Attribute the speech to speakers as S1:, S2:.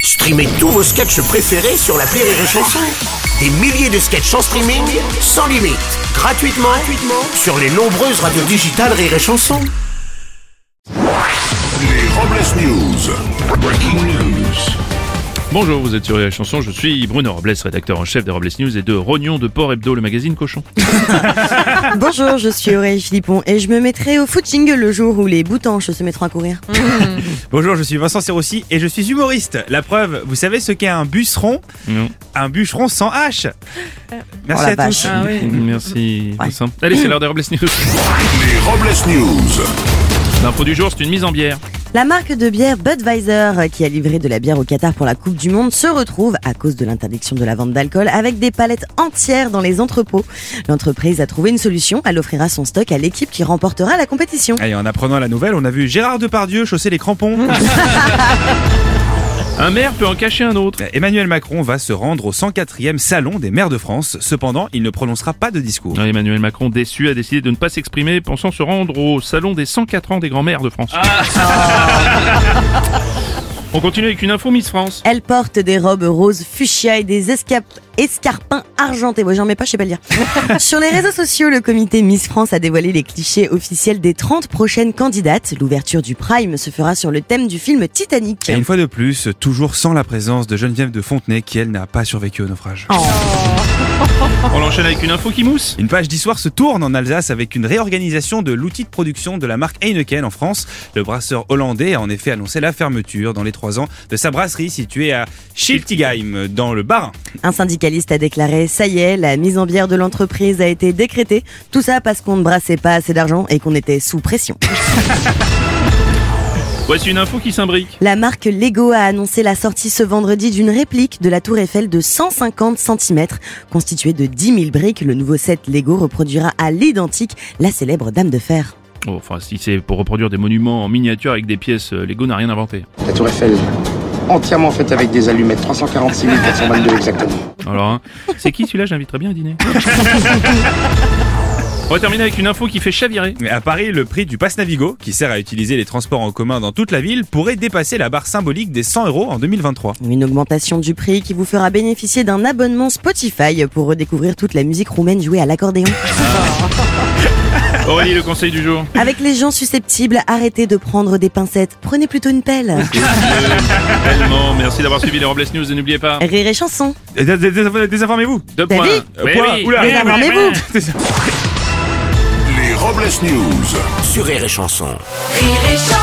S1: Streamez tous vos sketchs préférés sur la Rire et Chanson. Des milliers de sketchs en streaming, sans limite, gratuitement, gratuitement sur les nombreuses radios digitales Rire et Chanson.
S2: Les Robles News. Breaking news.
S3: Bonjour, vous êtes sur la chanson, je suis Bruno Robles, rédacteur en chef des Robles News et de Rognon de Port Hebdo, le magazine cochon.
S4: Bonjour, je suis Aurélie Philippon et je me mettrai au foot jingle le jour où les boutanches se mettront à courir.
S5: Bonjour, je suis Vincent Serroussi et je suis humoriste. La preuve, vous savez ce qu'est un bûcheron
S3: Non.
S5: Un bûcheron sans H Merci
S4: Oh la
S5: à tous.
S4: vache.
S3: Merci. Vincent. Allez, c'est l'heure des Robles News.
S2: Les Robles News.
S3: L'info du jour, c'est une mise en bière.
S4: La marque de bière Budweiser, qui a livré de la bière au Qatar pour la Coupe du Monde, se retrouve, à cause de l'interdiction de la vente d'alcool, avec des palettes entières dans les entrepôts. L'entreprise a trouvé une solution, elle offrira son stock à l'équipe qui remportera la compétition.
S5: Allez, en apprenant la nouvelle, on a vu Gérard Depardieu chausser les crampons. Euh,
S3: Un maire peut en cacher un autre.
S5: Emmanuel Macron va se rendre au 104e Salon des maires de France. Cependant, il ne prononcera pas de discours.
S3: Emmanuel Macron, déçu, a décidé de ne pas s'exprimer, pensant se rendre au salon des 104 ans des grands-mères de France. On continue avec une info Miss France.
S4: Elle porte des robes roses fuchsia et des escap- escarpins argentés. Moi, j'en mets pas, je sais pas lire. Sur les réseaux sociaux, le comité Miss France a dévoilé les clichés officiels des 30 prochaines candidates. L'ouverture du Prime se fera sur le thème du film Titanic.
S5: Et une fois de plus, toujours sans la présence de Geneviève de Fontenay qui, elle, n'a pas survécu au naufrage.
S3: On enchaîne avec une info qui mousse.
S5: Une page d'histoire se tourne en Alsace avec une réorganisation de l'outil de production de la marque Heineken en France. Le brasseur hollandais a en effet annoncé la fermeture dans les trois ans de sa brasserie située à Schiltigheim, dans le Bas-Rhin.
S4: Un syndicaliste a déclaré, ça y est, la mise en bière de l'entreprise a été décrétée. Tout ça parce qu'on ne brassait pas assez d'argent et qu'on était sous pression.
S3: Voici une info qui s'imbrique.
S4: La marque Lego a annoncé la sortie ce vendredi d'une réplique de la tour Eiffel de 150 cm. Constituée de 10 000 briques, le nouveau set Lego reproduira à l'identique la célèbre Dame de Fer.
S3: Oh, enfin, si c'est pour reproduire des monuments en miniature avec des pièces, euh, Lego n'a rien inventé.
S6: La tour Eiffel, entièrement faite avec des allumettes, 346 422 exactement.
S3: Alors, hein, c'est qui celui-là J'inviterais bien à dîner. On va terminer avec une info qui fait chavirer.
S5: Mais À Paris, le prix du pass Navigo, qui sert à utiliser les transports en commun dans toute la ville, pourrait dépasser la barre symbolique des 100 euros en 2023.
S4: Une augmentation du prix qui vous fera bénéficier d'un abonnement Spotify pour redécouvrir toute la musique roumaine jouée à l'accordéon.
S3: Aurélie, le conseil du jour.
S4: Avec les gens susceptibles, arrêtez de prendre des pincettes, prenez plutôt une pelle.
S3: Tellement, merci d'avoir suivi les Robles News et n'oubliez pas.
S4: Rire et chanson.
S5: Et dés- dés- dés- Désinformez-vous
S3: Deux
S4: T'as
S3: points.
S4: vu
S5: Euh,
S3: Mais
S5: point.
S3: oui.
S5: Oula.
S4: Désinformez-vous.
S2: Les Robles News.
S1: Sur Rire et Chanson.
S7: Rire et chanson